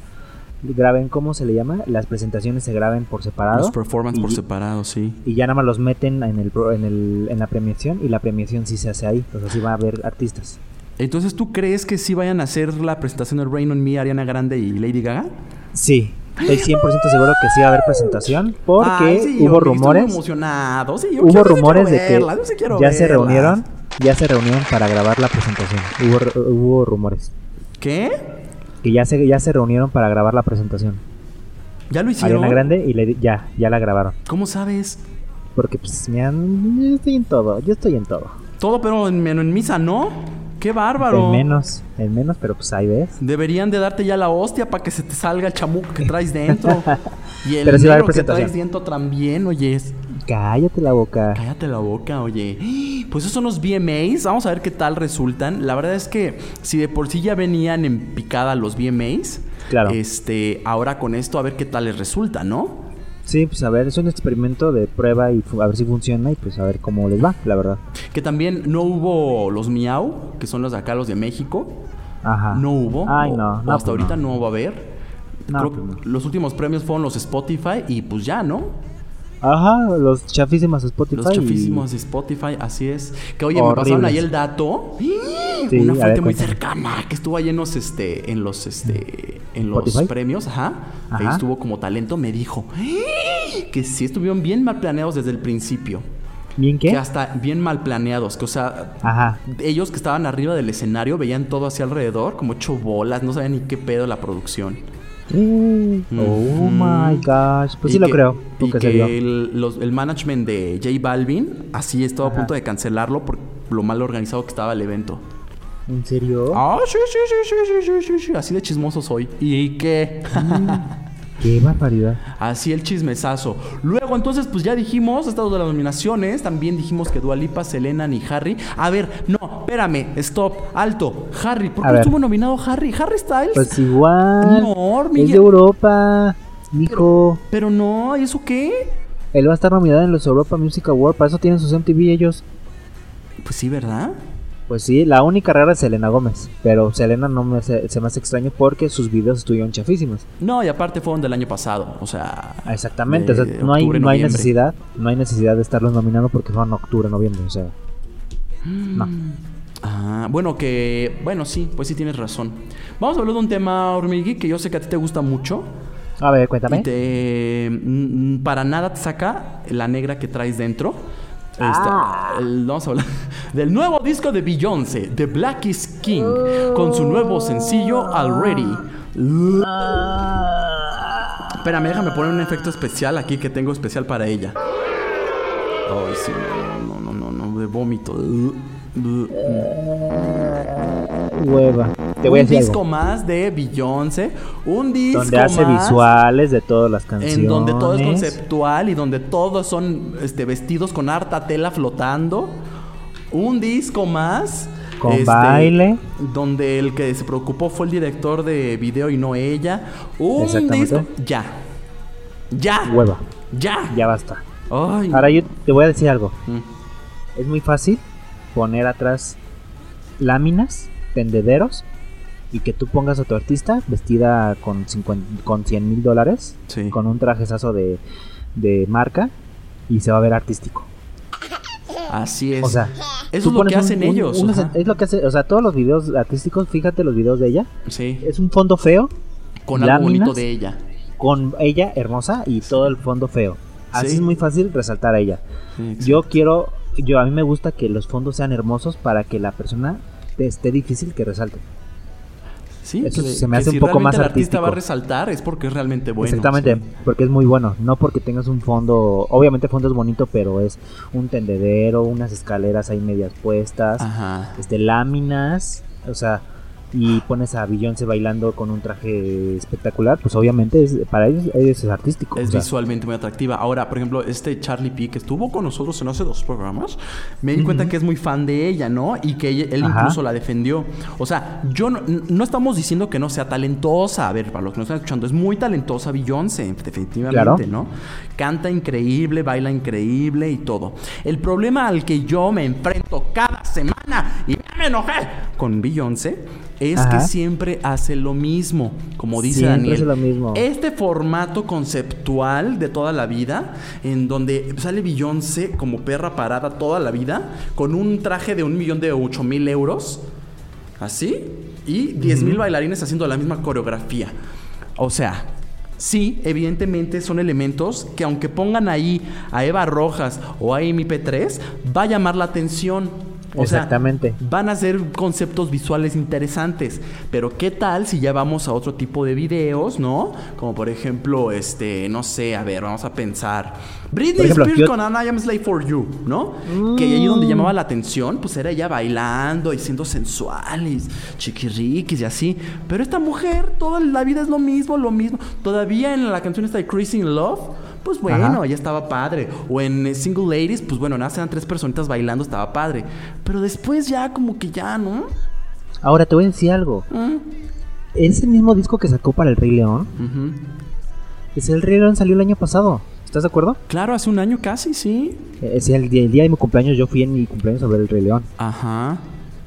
C: graben cómo se le llama, las presentaciones se graben por separado.
D: Los performance por
C: Y-
D: separado, sí.
C: y ya nada más los meten en el, pro- en el en la premiación y la premiación sí se hace ahí, o sea, sí va a haber artistas.
D: Entonces, ¿tú crees que sí vayan a hacer la presentación del Rain on Me, Ariana Grande y Lady Gaga?
C: Sí, estoy 100% seguro que sí va a haber presentación porque
D: Ay, sí,
C: hubo
D: hombre, estoy muy
C: rumores,
D: emocionado. Sí, yo
C: hubo
D: quiero- sí
C: rumores
D: quiero
C: de que
D: verla, yo sí quiero
C: ya se
D: verla.
C: reunieron ya se reunieron para grabar la presentación. Hubo, ru- hubo rumores.
D: ¿Qué?
C: Que ya se, ya se reunieron para grabar la presentación.
D: ¿Ya lo
C: Ariana
D: hicieron?
C: Grande y Lady- ya, ya la grabaron.
D: ¿Cómo sabes?
C: Porque pues me han- yo estoy en todo, yo estoy en todo.
D: Todo pero en, en- en misa, ¿no? ¡Qué bárbaro!
C: En menos, en menos, pero pues ahí ves.
D: Deberían de darte ya la hostia para que se te salga el chamuco que
C: *laughs*
D: traes dentro. y el
C: Pero sí va a haber
D: negro que
C: presentación.
D: traes dentro también, oyes.
C: Cállate la boca.
D: Cállate la boca, oye. *gasps* Pues esos son los VMAs. Vamos a ver qué tal resultan. La verdad es que si de por sí ya venían en picada los VMAs,
C: Claro.
D: este, ahora con esto a ver qué tal les resulta, ¿no?
C: Sí, pues a ver, es un experimento de prueba y fu- a ver si funciona y pues a ver cómo les va, la verdad.
D: Que también no hubo los Miau, que son los de acá, los de México.
C: Ajá.
D: No hubo.
C: Ah. Ay,
D: O-
C: no.
D: o
C: no,
D: hasta
C: pues,
D: ahorita
C: no.
D: no. va a haber.
C: No,
D: Creo
C: pues, no.
D: Los últimos premios fueron los Spotify y pues ya, ¿no?
C: Ajá, los chafísimas Spotify.
D: Los
C: y-
D: chafísimos de Spotify, así es. Que oye, me
C: Horribles.
D: pasaron ahí el dato.
C: Sí,
D: una
C: a ver,
D: fuente
C: cuéntame.
D: muy cercana que estuvo ahí en los este en los este en los
C: ¿Spotify?
D: premios, ajá. Ahí
C: Ajá.
D: estuvo como talento, me dijo ¡ih! que sí estuvieron bien mal planeados desde el principio.
C: ¿Bien qué?
D: Que hasta bien mal planeados, que o sea,
C: Ajá.
D: ellos que estaban arriba del escenario veían todo hacia alrededor, como ocho bolas, no sabían ni qué pedo la producción.
C: Eh, Oh
D: Ujú.
C: my gosh. Pues
D: Mm-hmm. Y
C: sí lo
D: que-
C: creo.
D: Y
C: Porque
D: que
C: se vio.
D: el, los- el management de J Balvin así estaba a punto de cancelarlo por lo mal organizado que estaba el evento.
C: ¿En serio?
D: Ah, sí, sí, sí, sí, sí, sí, sí, sí, así de chismoso soy. ¿Y qué?
C: Mm. Qué barbaridad.
D: *laughs* así el chismesazo. Luego, entonces, pues ya dijimos, estas de las nominaciones, también dijimos que Dualipa, Selena ni Harry. A ver, no, espérame, stop, alto. Harry, ¿por
C: A
D: qué no
C: ver.
D: estuvo nominado Harry? Harry Styles.
C: Pues igual.
D: No,
C: es
D: Miguel.
C: de Europa. Mijo.
D: Pero no, ¿y eso qué?
C: Él va a estar nominado en los Europa Music Awards. Para eso tienen sus MTV ellos.
D: Pues sí, ¿verdad?
C: Pues sí, la única rara es Selena Gómez. Pero Selena no me hace- se me hace extraño porque sus videos estuvieron chafísimos.
D: No, y aparte fueron del año pasado, o sea...
C: Ah, Exactamente. o sea,
D: de
C: no, hay,
D: octubre,
C: no hay
D: noviembre.
C: necesidad. No hay necesidad de estarlos nominando porque fueron octubre, noviembre. O sea. No.
D: Ah, bueno, que... Bueno, sí, pues sí tienes razón. Vamos a hablar de un tema, Hormigui, que yo sé que a ti te gusta mucho.
C: A ver,
D: Y
C: cuéntame.
D: te... mm, mm, Para nada te saca la negra que traes dentro.
C: Ah.
D: Este, el- vamos a hablar *laughs* del nuevo disco de Beyoncé, The Black is King, con su nuevo sencillo Already.
C: Ah.
D: Espérame, déjame poner un efecto especial aquí que tengo especial para ella. Ay, sí, no, no, no, no, no, de vómito.
C: Hueva. Te voy a
D: un
C: decir algo.
D: disco más de Beyoncé, un disco
C: donde hace
D: más
C: visuales de todas las canciones.
D: en donde todo es conceptual y donde todos son este, vestidos con harta tela flotando. Un disco más. este,
C: Con baile.
D: Donde el que se preocupó fue el director de video y no ella. Un
C: Exactamente.
D: disco. Ya. Ya.
C: Hueva.
D: Ya.
C: Ya basta.
D: Ay,
C: Ahora yo te voy a decir algo.
D: Mm.
C: Es muy fácil poner atrás láminas, tendederos y que tú pongas a tu artista vestida con, 50 con 100 mil dólares,
D: Sí.
C: con un trajezazo de, de marca y se va a ver artístico.
D: Así es.
C: O sea,
D: eso
C: tú
D: es lo que
C: pones un- eh,
D: hacen
C: un-
D: ellos.
C: unos-
D: ajá.
C: es lo que hace, o sea, todos los videos artísticos, fíjate los videos de ella,
D: sí.
C: es un fondo feo
D: Con algo bonito
C: láminas.
D: de ella.
C: con ella hermosa y todo el fondo feo. Así
D: Sí.
C: es muy fácil resaltar a ella.
D: Sí, exacto.
C: Yo quiero, yo a mí me gusta que los fondos sean hermosos para que la persona te esté difícil que resalte.
D: Sí,
C: eso
D: que-
C: se me
D: que
C: hace
D: si
C: un poco
D: realmente
C: más
D: el artista
C: artístico.
D: va a resaltar es porque es realmente bueno.
C: Exactamente,
D: sí.
C: porque es muy bueno, no porque tengas un fondo, obviamente el fondo es bonito, pero es un tendedero, unas escaleras ahí medias puestas,
D: Ajá.
C: este láminas, o sea, y pones a Beyoncé bailando con un traje espectacular, pues obviamente es, para ellos, ellos es artístico.
D: Es
C: o sea,
D: visualmente muy atractiva. Ahora, por ejemplo, este Charlie P, que estuvo con nosotros en hace dos programas, me di cuenta que es muy fan de ella, ¿no? Y que ella- él
C: Ajá.
D: incluso la defendió. O sea, yo no, no estamos diciendo que no sea talentosa. A ver, para los que nos están escuchando, es muy talentosa Beyoncé, definitivamente,
C: Claro.
D: ¿no? Canta increíble, baila increíble y todo. El problema al que yo me enfrento cada semana y me enojé con Beyoncé es que
C: Ajá.
D: siempre hace lo mismo, como dice
C: Siempre
D: Daniel.
C: hace lo mismo.
D: Este formato conceptual de toda la vida, en donde sale Beyoncé como perra parada toda la vida, con un traje de un millón de ocho mil euros, así, y diez mil bailarines haciendo la misma coreografía. O sea, sí, evidentemente son elementos que aunque pongan ahí a Eva Rojas o a Amy P3, va a llamar la atención. O sea,
C: Exactamente.
D: van a ser conceptos visuales interesantes. Pero qué tal si ya vamos a otro tipo de videos, ¿no? Como por ejemplo, este, no sé, a ver, vamos a pensar. Britney
C: Por ejemplo,
D: Spears
C: yo-
D: con Anna I Am Slave for You, ¿no? Que ahí donde
C: Mm.
D: llamaba la atención, pues era ella bailando y siendo sensuales, chiquirriquis y así. Pero esta mujer, toda la vida es lo mismo, lo mismo. Todavía en la canción esta de Crazy Love, pues bueno,
C: Ajá.
D: ya estaba padre. O en eh, Single Ladies, pues bueno, nada, eran tres personitas bailando, estaba padre. Pero después ya como que ya, ¿no?
C: Ahora te voy a decir algo.
D: Mm.
C: Ese mismo disco que sacó para El Rey León,
D: Ujú.
C: ese El Rey León salió el año pasado. ¿Estás de acuerdo?
D: Claro, hace un año casi, sí.
C: Eh, Ese el día, el día de mi cumpleaños, yo fui en mi cumpleaños a ver El Rey León.
D: Ajá.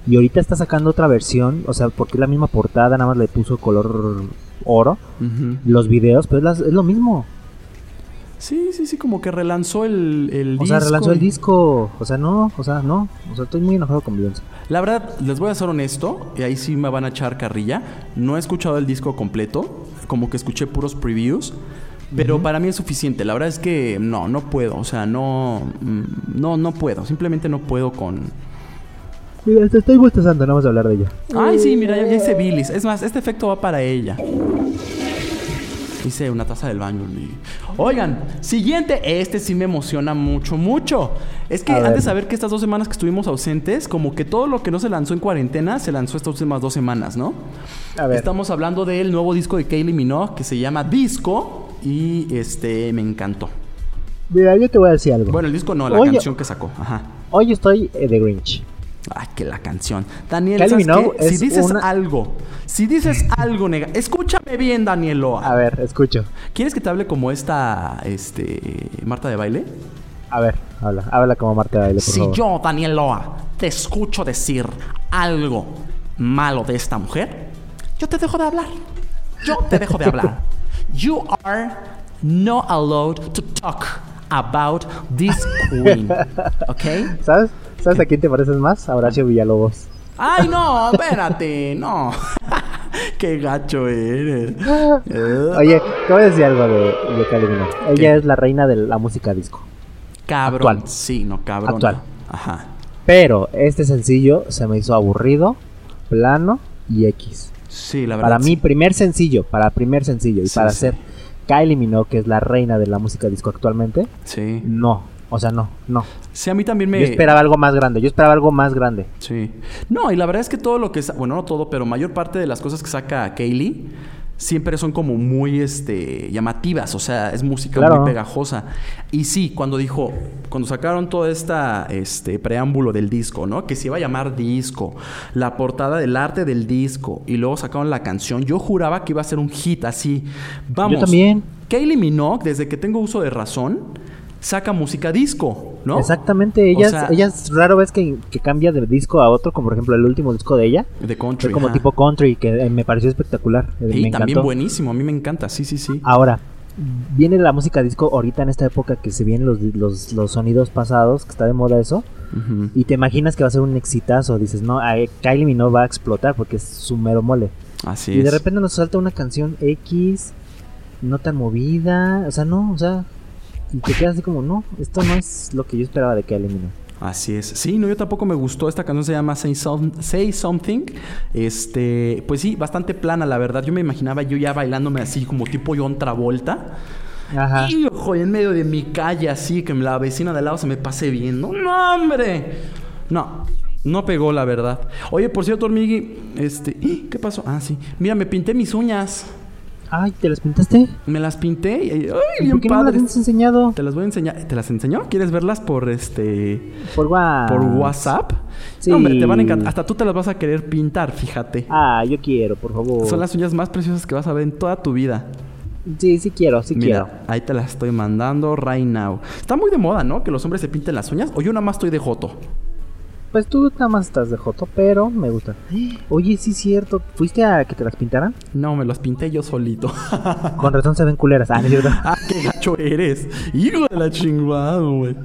C: Y ahorita está sacando otra versión, o sea, porque es la misma portada, nada más le puso color oro.
D: Ujú.
C: Los videos, pero es, las- es lo mismo.
D: Sí, sí, sí, como que relanzó el, el
C: O sea, relanzó el disco. O sea, no, o sea, no. O sea, estoy muy enojado con Beyoncé.
D: La verdad, les voy a ser honesto, y ahí sí me van a echar carrilla. No he escuchado el disco completo, como que escuché puros previews, pero para mí es suficiente. La verdad es que no, no puedo, o sea, no, mm, no, no puedo, simplemente no puedo con.
C: Mira, te estoy bostezando, no vamos a hablar de ella.
D: Ay, sí, mira, ya, ya
C: Eh.
D: hice bilis. Es más, este efecto va para ella. Hice una taza del baño. y- Oigan, siguiente. Este sí me emociona mucho, mucho. Es que
C: A ver.
D: antes de saber que estas dos semanas que estuvimos ausentes, como que todo lo que no se lanzó en cuarentena se lanzó estas últimas dos semanas, ¿no?
C: A ver.
D: Estamos hablando del nuevo disco de Kylie Minogue que se llama Disco y este me encantó.
C: Mira, yo te voy a decir algo.
D: Bueno, el disco no, la
C: Oye.
D: canción que sacó. Ajá.
C: Hoy estoy eh, de Grinch.
D: Ay, que la canción. Daniel,
C: Kylie
D: ¿sabes
C: Minogue
D: qué? Si
C: es
D: dices
C: una-
D: algo,
C: *laughs*
D: si dices algo, nega. Escúchame bien, Danieloa.
C: A ver, escucho.
D: ¿Quieres que te hable como esta, este, Marta de baile?
C: A ver, habla, habla como Marta de baile, por
D: Si
C: favor.
D: yo, Danieloa, te escucho decir algo malo de esta mujer, yo te dejo de hablar. Yo te dejo
C: *laughs*
D: de hablar. You are not allowed to talk about this
C: *laughs*
D: queen. ¿Ok?
C: ¿Sabes? ¿Sabes a quién te pareces más? A Horacio Villalobos.
D: Ay, no, espérate, no. *laughs* Qué gacho eres. Eh,
C: Oye, te voy a decir algo de, de Kylie Minogue. Ella es la reina de la música disco.
D: Cabrón.
C: actual.
D: Sí, no, cabrón.
C: Actual.
D: Ajá.
C: Pero este sencillo se me hizo aburrido, plano y X.
D: Sí, la verdad.
C: Para
D: sí.
C: mi primer sencillo, para primer sencillo y
D: Sí,
C: para
D: sí.
C: ser Kylie Minogue, que es la reina de la música disco actualmente,
D: Sí.
C: no. O sea, no, no.
D: Sí, a mí también me.
C: Yo esperaba algo más grande, yo esperaba algo más grande.
D: Sí. No, y la verdad es que todo lo que. sa- Bueno, no todo, pero mayor parte de las cosas que saca Kaylee siempre son como muy este, llamativas. O sea, es música
C: Claro.
D: muy pegajosa. Y sí, cuando dijo. Cuando sacaron todo esta este preámbulo del disco, ¿no? Que se iba a llamar disco. La portada del arte del disco. Y luego sacaron la canción. Yo juraba que iba a ser un hit así. Vamos.
C: Yo también.
D: Kylie Minogue, desde que tengo uso de razón, saca música disco, ¿no?
C: Exactamente,
D: O
C: ella,
D: sea-
C: ella es raro vez que, que cambia de disco a otro, como por ejemplo el último disco de ella.
D: De
C: Fue
D: country.
C: como
D: ajá.
C: tipo country, que eh, me pareció espectacular. eh,
D: Sí,
C: me
D: también
C: encantó.
D: buenísimo, a mí me encanta, sí, sí, sí.
C: Ahora, viene la música disco ahorita en esta época que se vienen los, los, los sonidos pasados, que está de moda eso,
D: Ujú.
C: y te imaginas que va a ser un exitazo. Dices, no, a Kylie Minogue va a explotar porque es su mero mole.
D: Así
C: Y de
D: es.
C: repente nos salta una canción X, no tan movida, o sea, no, o sea, y te quedas así como, no, esto no es lo que yo esperaba de Kylie Minogue.
D: Así es. Sí, no, yo tampoco me gustó. Esta canción se llama Say, Some- Say Something. Este, pues sí, bastante plana, la verdad. Yo me imaginaba yo ya bailándome así, como tipo John Travolta.
C: Ajá.
D: Y ojo, en medio de mi calle, así, que la vecina de al lado se me pase viendo. ¡No, hombre! No, no pegó, la verdad. Oye, por cierto, Hormigui, este, ¡ih! ¿qué pasó? Ah, sí. Mira, me pinté mis uñas.
C: Ay, ¿te las pintaste?
D: Me las pinté y, ay,
C: ¿Y
D: bien
C: ¿Por qué no me las
D: padres.
C: has enseñado?
D: Te las voy a enseñar. ¿Te las enseñó? ¿Quieres verlas por este.
C: Por, wa-
D: por WhatsApp?
C: Sí.
D: No, hombre, te van a encantar. Hasta tú te las vas a querer pintar, fíjate.
C: Ah, yo quiero, por favor.
D: Son las uñas más preciosas que vas a ver en toda tu vida.
C: Sí, sí quiero, sí
D: Mira,
C: quiero.
D: ahí te las estoy mandando right now. Está muy de moda, ¿no? Que los hombres se pinten las uñas. O yo nada más estoy de joto.
C: Pues tú nada más estás de joto, pero me gusta. Oye, sí es cierto. ¿Fuiste a que te las pintaran?
D: No, me los pinté yo solito. *laughs*
C: Con razón se ven culeras. Ah, no es cierto.
D: Ah, qué gacho eres. Hijo de la chingada, güey.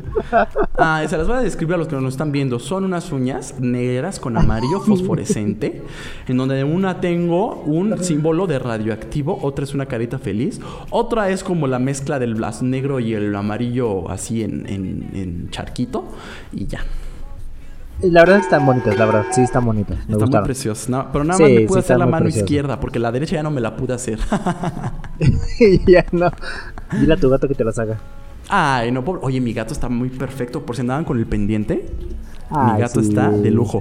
D: Ah, se las voy a describir a los que nos están viendo. Son unas uñas negras con amarillo fosforescente, en donde en una tengo un símbolo de radioactivo, otra es una carita feliz, otra es como la mezcla del blas negro y el amarillo así en, en- en charquito, y ya.
C: La verdad están bonitas, la verdad. Sí, están bonitas. Me
A: Está muy
C: *laughs* gustaron.
A: preciosa. No, pero nada
C: Sí,
A: más me
C: sí
A: pude
C: está
A: hacer la
C: muy
A: mano
C: preciosa.
A: izquierda, porque la derecha ya no me la pude
D: *laughs*
A: hacer.
C: ya no. Dile a tu gato que te las haga.
A: Ay, no, pobre. Oye, mi gato está muy perfecto. Por si andaban con el pendiente, mi
C: Ay,
A: gato
C: sí.
A: está de lujo.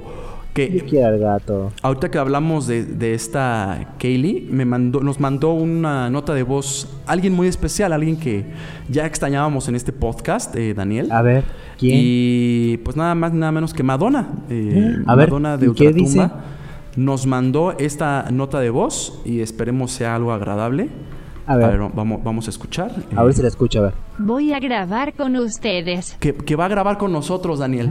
D: Eh,
C: Yo
A: Que
C: quiero al gato.
A: ahorita que hablamos de, de esta Kaylee, me mandó, nos mandó una nota de voz. Alguien muy especial, alguien que ya extrañábamos en este podcast, eh, Daniel.
C: A ver, ¿quién?
A: Y pues nada más, nada menos que Madonna. eh,
C: A ver,
A: Madonna de
C: ¿y qué
A: Ultratumba
C: dice?
A: nos mandó esta nota de voz y esperemos sea algo agradable.
C: A ver.
A: vamos, vamos a escuchar. eh,
C: A ver si la escucho, a ver.
B: Voy a grabar con ustedes.
A: que, que va a grabar con nosotros, Daniel.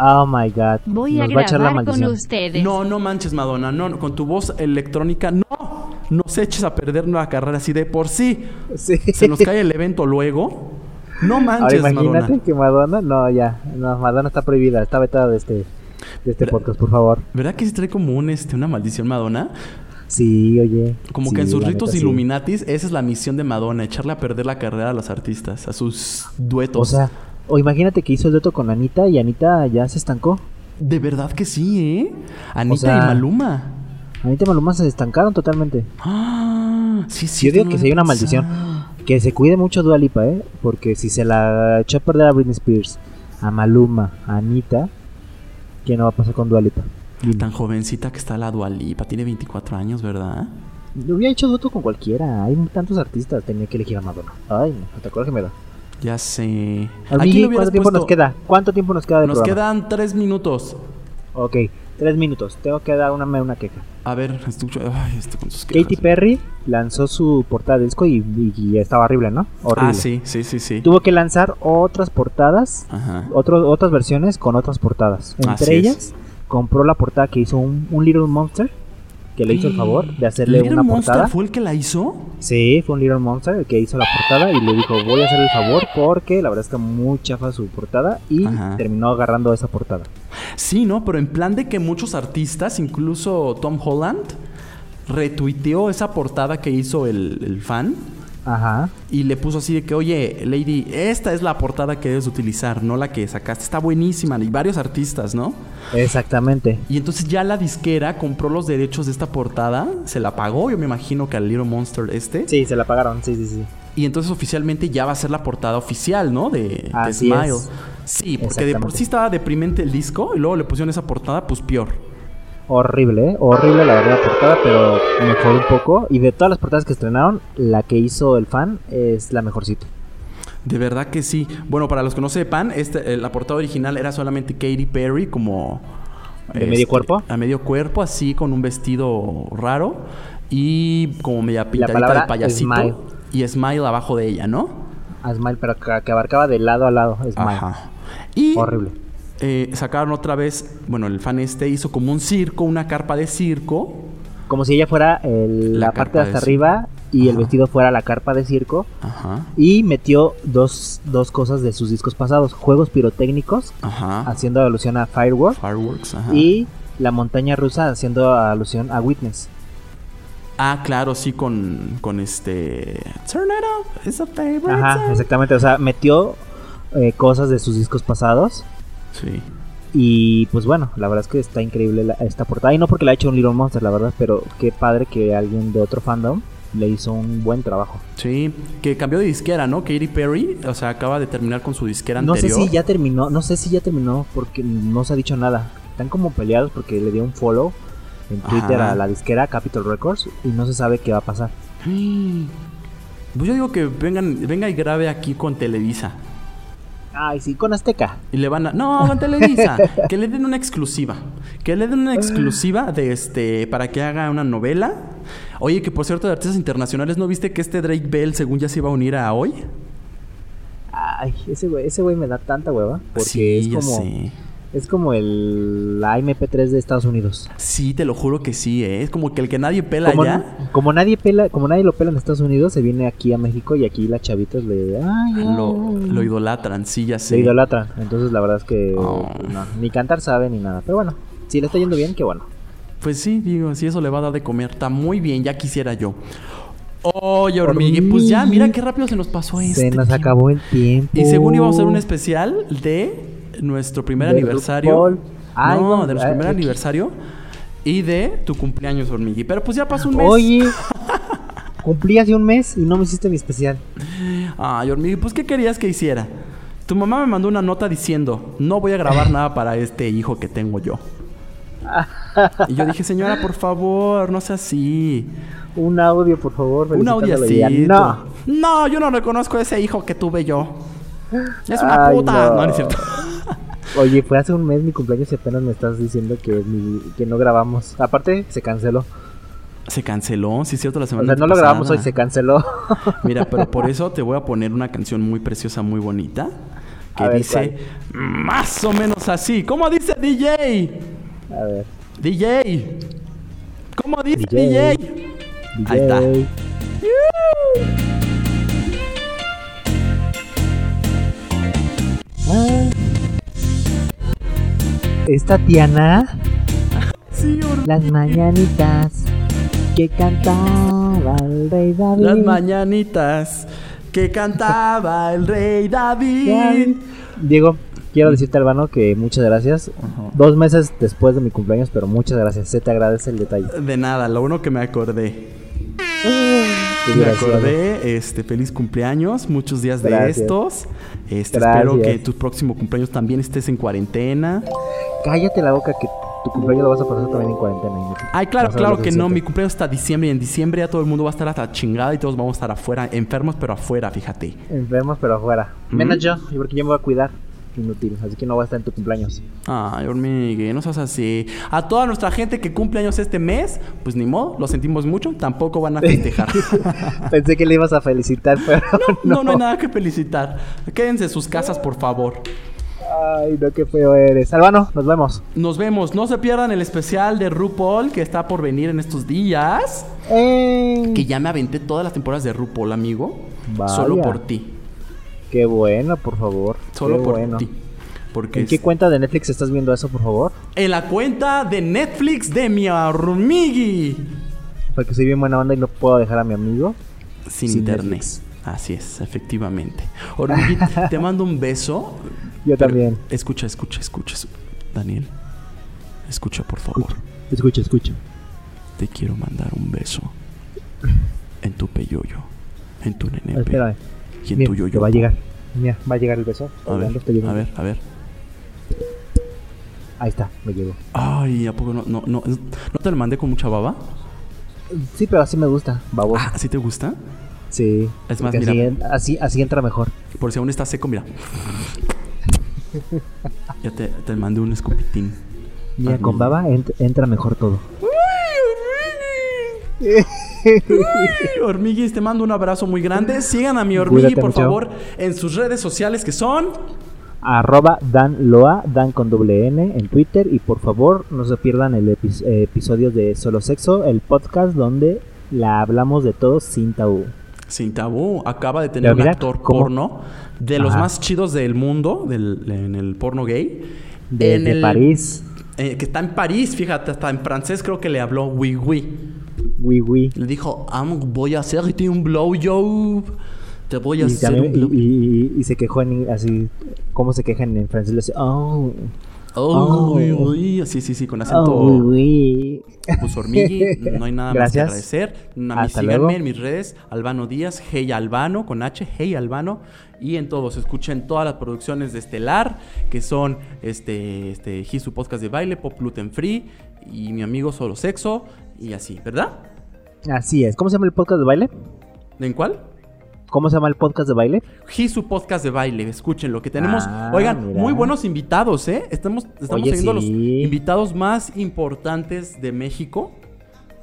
C: Oh my god.
B: Voy
C: Nos
B: a
C: va a echar la
B: grabar con
C: maldición.
B: ustedes.
A: No, no manches, Madonna. No, no, con tu voz electrónica, no. Nos eches a perder la carrera así de por sí.
C: *laughs* Sí.
A: Se nos cae el evento luego. No
C: Ahora
A: manches,
C: imagínate
A: Madonna.
C: que Madonna. No, ya. No, Madonna está prohibida. Está vetada de este, de este
A: Pero-
C: podcast, por favor.
A: ¿Verdad que se trae como un, este, una maldición, Madonna?
C: Sí, oye.
A: Como
C: Sí,
A: que en sus
C: la
A: ritos
C: neta, sí.
A: Illuminatis, esa es la misión de Madonna, echarle a perder la carrera a los artistas, a sus duetos.
C: O sea, o imagínate que hizo el dueto con Anita y Anita ya se estancó.
A: de verdad que sí, ¿eh? Anita
C: sea-
A: y Maluma.
C: Anita y Maluma se estancaron totalmente.
A: Ah, sí, sí.
C: Yo digo que sí hay una maldición. Que se cuide mucho Dualipa, ¿eh? Porque si se la echó a perder a Britney Spears, a Maluma, a Anita, ¿qué no va a pasar con Dualipa?
A: Tan jovencita que está la Dualipa, tiene 24 años, ¿verdad?
C: Lo hubiera hecho dueto con cualquiera. Hay tantos artistas. Tenía que elegir a Madonna. Ay, no, hasta coraje me da.
A: Ya sé.
C: Amigui,
A: lo hubieras
C: ¿cuánto tiempo nos
A: puesto-
C: queda? ¿Cuánto tiempo nos queda de
A: Nos
C: programa?
A: quedan tres minutos.
C: Ok, tres minutos. Tengo que dar una, una queja.
A: A ver, escucho. Ay, esto con sus quejas.
C: Katy Perry lanzó su portada de disco y, y- y estaba horrible, ¿no? Horrible.
A: Ah, sí, sí, sí, sí.
C: Tuvo que lanzar otras portadas,
A: Ajá.
C: otro- otras versiones con otras portadas. Entre
A: Así es.
C: ellas, compró la portada que hizo un, un Little Monster, que le hizo el favor de hacerle
A: ¿Little
C: una
A: Monster
C: portada.
A: fue el que la hizo?
C: Sí, fue un Little Monster el que hizo la portada y le dijo, voy a hacer el favor porque la verdad está muy chafa su portada y
A: Ajá.
C: terminó agarrando esa portada.
A: Sí, ¿no? Pero en plan de que muchos artistas, incluso Tom Holland, retuiteó esa portada que hizo el, el fan
C: Ajá.
A: y le puso así de que, oye, Lady, esta es la portada que debes utilizar, no la que sacaste. Está buenísima. Y varios artistas, ¿no?
C: Exactamente.
A: Y entonces ya la disquera compró los derechos de esta portada, se la pagó, yo me imagino que al Little Monster este.
C: Sí, se la pagaron, sí, sí, sí.
A: Y entonces oficialmente ya va a ser la portada oficial, ¿no? De, de
C: Así
A: Smile.
C: es.
A: Sí, porque de por
C: Exactamente.
A: sí estaba deprimente el disco y luego le pusieron esa portada, pues peor.
C: Horrible, ¿eh? horrible la verdad la portada, pero mejoró un poco. Y de todas las portadas que estrenaron, la que hizo el fan es la mejorcita.
A: De verdad que sí. Bueno, para los que no sepan, este, eh, la portada original era solamente Katy Perry como... este,
C: ¿De medio cuerpo?
A: A medio cuerpo, así, con un vestido raro y como media pintadita de
C: palabra
A: payasito.
C: smile.
A: Y Smile abajo de ella, ¿no?
C: A Smile, pero que, que abarcaba de lado a lado. Smile.
A: Ajá. Y
C: Horrible.
A: eh, sacaron otra vez, bueno, el fan este hizo como un circo, una carpa de circo.
C: Como si ella fuera el-
A: La
C: la,
A: carpa
C: parte de
A: de
C: hasta
A: circo.
C: arriba y el
A: Ajá.
C: vestido fuera la carpa de circo.
A: Ajá.
C: Y metió dos, dos cosas de sus discos pasados: juegos pirotécnicos,
A: Ajá.
C: haciendo alusión a Firework,
A: Fireworks, Ah. ajá.
C: y la montaña rusa, haciendo alusión a Witness.
A: Ah, claro, sí, con, con este... Turn it up, it's a favorite
C: Ajá,
A: song.
C: exactamente. O sea, metió eh, cosas de sus discos pasados.
A: Sí.
C: Y pues bueno, la verdad es que está increíble la- esta portada. Y no porque la ha hecho un Little Monster, la verdad, pero qué padre que alguien de otro fandom le hizo un buen trabajo.
A: Sí, que cambió de disquera, ¿no? Katy Perry, o sea, acaba de terminar con su disquera
C: No sé
A: anterior.
C: si ya terminó, no sé si ya terminó porque no se ha dicho nada. Están como peleados porque le dio un follow en Twitter
A: Ajá.
C: a la disquera Capitol Records y no se sabe qué va a pasar.
A: *gasps* Pues yo digo que vengan, venga y grabe aquí con Televisa.
C: Ay, sí, con Azteca.
A: Y le van a. No, con Televisa. que le den una exclusiva. Que le den una exclusiva de este. para que haga una novela. Oye, que por cierto, de artistas internacionales, ¿no viste que este Drake Bell, según ya se iba a unir a hoy?
C: Ay, ese güey, ese güey me da tanta hueva porque
A: sí,
C: es
A: ya
C: como
A: sé.
C: es como el la MP3 de Estados Unidos.
A: Sí, te lo juro que sí, ¿eh? Es como que el que nadie pela
C: como,
A: ya.
C: como nadie pela, como nadie lo pela en Estados Unidos, se viene aquí a México y aquí las chavitas le, ay, ay,
A: Ah, Lo,
C: ay,
A: lo idolatran, sí, ya sé.
C: le idolatran. Entonces la verdad es que
A: Oh.
C: no, ni cantar sabe ni nada. Pero bueno, si le está yendo bien, qué bueno.
A: Pues sí, digo, si eso le va a dar de comer, está muy bien, ya quisiera yo. Oye, hormigue, pues ya, mira qué rápido se nos pasó este.
C: se nos
A: tiempo.
C: acabó el tiempo. Oh.
A: Y según íbamos a hacer un especial de nuestro primer
C: De
A: aniversario.
C: RuPaul. Ay, eh,
A: no,
C: vamos,
A: de nuestro
C: ay,
A: primer
C: ay.
A: aniversario y de tu cumpleaños, hormigui. Pero pues ya pasó un mes.
C: Oye,
A: *laughs*
C: cumplí hace un mes y no me hiciste mi especial.
A: Ay, hormigui, pues ¿qué querías que hiciera? Tu mamá me mandó una nota diciendo, no voy a grabar nada para este hijo que tengo
C: *laughs*
A: yo. Y yo dije, señora, por favor, no sea así.
C: Un audio, por favor.
A: Un audio
C: felicitándolo. Y ya,
A: así.
C: No.
A: No, yo no reconozco a ese hijo que tuve yo. Es una
C: Ay,
A: puta.
C: no.
A: No, no es cierto. *laughs*
C: Oye, fue hace un mes mi cumpleaños y apenas me estás diciendo que, mi- que no grabamos. Aparte, se canceló.
A: Se canceló, sí es cierto, la
C: O
A: semana
C: sea, no lo
A: pasada.
C: grabamos hoy, se canceló.
A: Mira, pero por eso te voy a poner una canción muy preciosa, muy bonita, que
C: A ver,
A: dice más o menos así. ¿Cómo dice DJ?
C: *laughs* A ver.
A: DJ. ¿Cómo dice
C: DJ?
A: DJ? Ahí está.
C: DJ. Ah. Es Tatiana,
A: Sí, or-
C: las mañanitas que cantaba el rey David.
A: Las mañanitas que cantaba el rey David.
C: Diego, quiero decirte, Albano, que muchas gracias. Dos meses después de mi cumpleaños, pero muchas gracias. Se te agradece el detalle.
A: De nada, lo bueno que me acordé.
C: Qué
A: Me
C: desgraciado.
A: acordé, este, feliz cumpleaños, muchos días de
C: Gracias.
A: estos. Este,
C: Gracias.
A: espero que tu próximo cumpleaños también estés en cuarentena.
C: Cállate la boca que tu cumpleaños lo vas a pasar también en cuarentena. inútil.
A: Ay, claro,
C: Vas a ver
A: claro
C: los
A: que no,
C: insectos.
A: mi cumpleaños está diciembre y en diciembre ya todo el mundo va a estar hasta chingada y todos vamos a estar afuera, enfermos pero afuera, fíjate.
C: Enfermos, pero afuera.
A: Mm.
C: Menos yo, yo porque yo me voy a cuidar. Inútil, así que no voy a estar en tu cumpleaños. *laughs*
A: Ay, hormigue, no seas así. A toda nuestra gente que cumple años este mes, pues ni modo, lo sentimos mucho, tampoco
C: *laughs*
A: van a festejar.
C: Pensé que le ibas a felicitar, pero
A: no, no hay nada que felicitar. Quédense en sus casas, por favor.
C: Ay, no, qué feo eres. Albano, nos vemos.
A: Nos vemos. No se pierdan el especial de RuPaul que está por venir en estos días.
C: ¡Eh!
A: Que ya me aventé todas las temporadas de RuPaul, amigo.
C: Vaya.
A: Solo por ti.
C: Qué bueno, por favor.
A: Solo
C: qué
A: por
C: bueno.
A: ti. Porque
C: ¿En
A: es-
C: qué cuenta de Netflix estás viendo eso, por favor?
A: en la cuenta de Netflix de mi hormigui.
C: Porque soy bien buena onda y no puedo dejar a mi amigo.
A: Sin,
C: Sin
A: internet.
C: Netflix.
A: Así es, efectivamente.
C: *laughs*
A: Hormigui, te mando un beso.
C: Yo
A: Pero
C: también.
A: Escucha, escucha, escucha. es- Daniel, escucha, por favor.
C: Escucha, escucha.
A: Te quiero mandar un beso. En tu peyoyo. En tu nenepe.
C: Espérame.
A: Y en
C: Mira,
A: tu yoyopo.
C: te va a llegar. Mira, va a llegar el beso.
A: A ver,
C: Orlando, está llegando.
A: a ver, a ver.
C: Ahí está, me llegó.
A: Ay, ¿a poco no, no, no, no te lo mandé con mucha baba?
C: Sí, pero así me gusta, baboso.
A: Ah, ¿sí te gusta?
C: Sí.
A: Es más,
C: porque así,
A: mira.
C: en- así, así entra mejor.
A: Por si aún está seco, mira. Ya te, te mandé un escopitín.
C: Mira,
A: Ah,
C: con
A: mira.
C: baba ent- entra mejor todo.
A: Ay, Hormiguis, te mando un abrazo muy grande. Sigan a mi hormigui,
C: Cuídate
A: por
C: mucho.
A: favor, en sus redes sociales que son.
C: Arroba Dan Loa, Dan con doble N en Twitter. Y por favor, no se pierdan el epi- eh, episodio de Solo Sexo, el podcast donde la hablamos de todo sin tabú.
A: Sin tabú, acaba de tener
C: Ya,
A: un
C: mira,
A: actor
C: ¿cómo?
A: porno de los
C: Ajá.
A: más chidos del mundo, del- en el porno gay.
C: De,
A: en
C: de
A: el-
C: París,
A: eh, que está en París, fíjate, hasta en francés creo que le habló oui oui.
C: oui, oui.
A: Le dijo, "Am, voy a hacerte un blowjob. Te voy a
C: Y,
A: hacer
C: también-
A: un blow-
C: y- y- y se quejó en, así, ¿cómo se quejan en francés? Le dice, oh,
A: Oh,
C: Oh.
A: oui, oui. Sí, sí, sí, con acento
C: oh, oui, oui.
A: pues
C: *laughs*
A: hormigui. No hay nada más que
C: Gracias.
A: agradecer. A mí
C: Hasta
A: síganme
C: luego.
A: en mis redes, Albano Díaz, Hey Albano, con H, Hey Albano. Y en todos, escuchen todas las producciones de Estelar, que son este, este, Gisu Podcast de Baile, Pop Gluten Free, y mi amigo Solo Sexo, y así, ¿verdad?
C: Así es. ¿Cómo se llama el podcast de baile?
A: ¿En cuál?
C: ¿Cómo se llama el podcast de baile?
A: su Podcast de baile, escuchen lo que tenemos.
C: Ah,
A: Oigan,
C: mira.
A: muy buenos invitados, ¿eh? Estamos, estamos
C: Oye,
A: teniendo
C: sí.
A: los invitados más importantes de México.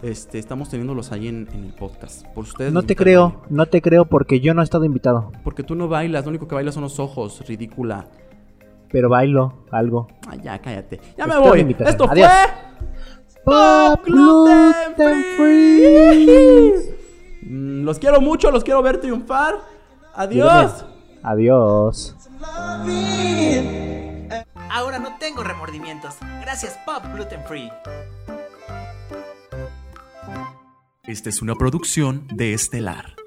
A: Este, estamos teniéndolos ahí en, en el podcast. Por si ustedes
C: No
A: les
C: te
A: gusta el
C: creo,
A: baile.
C: no te creo porque yo no he estado invitado,
A: Porque tú no bailas, lo único que bailas son los ojos, ridícula.
C: pero bailo algo.
A: Ay, ya, cállate. Ya me
C: Espero
A: voy.
C: la invitación.
A: Esto
C: Adiós.
A: Pop Gluten
C: Free.
A: fue. Mm, Los quiero mucho, los quiero ver triunfar. Adiós.
C: Adiós.
E: Ahora no tengo remordimientos. Gracias Pop Gluten Free.
D: Esta es una producción de Estelar.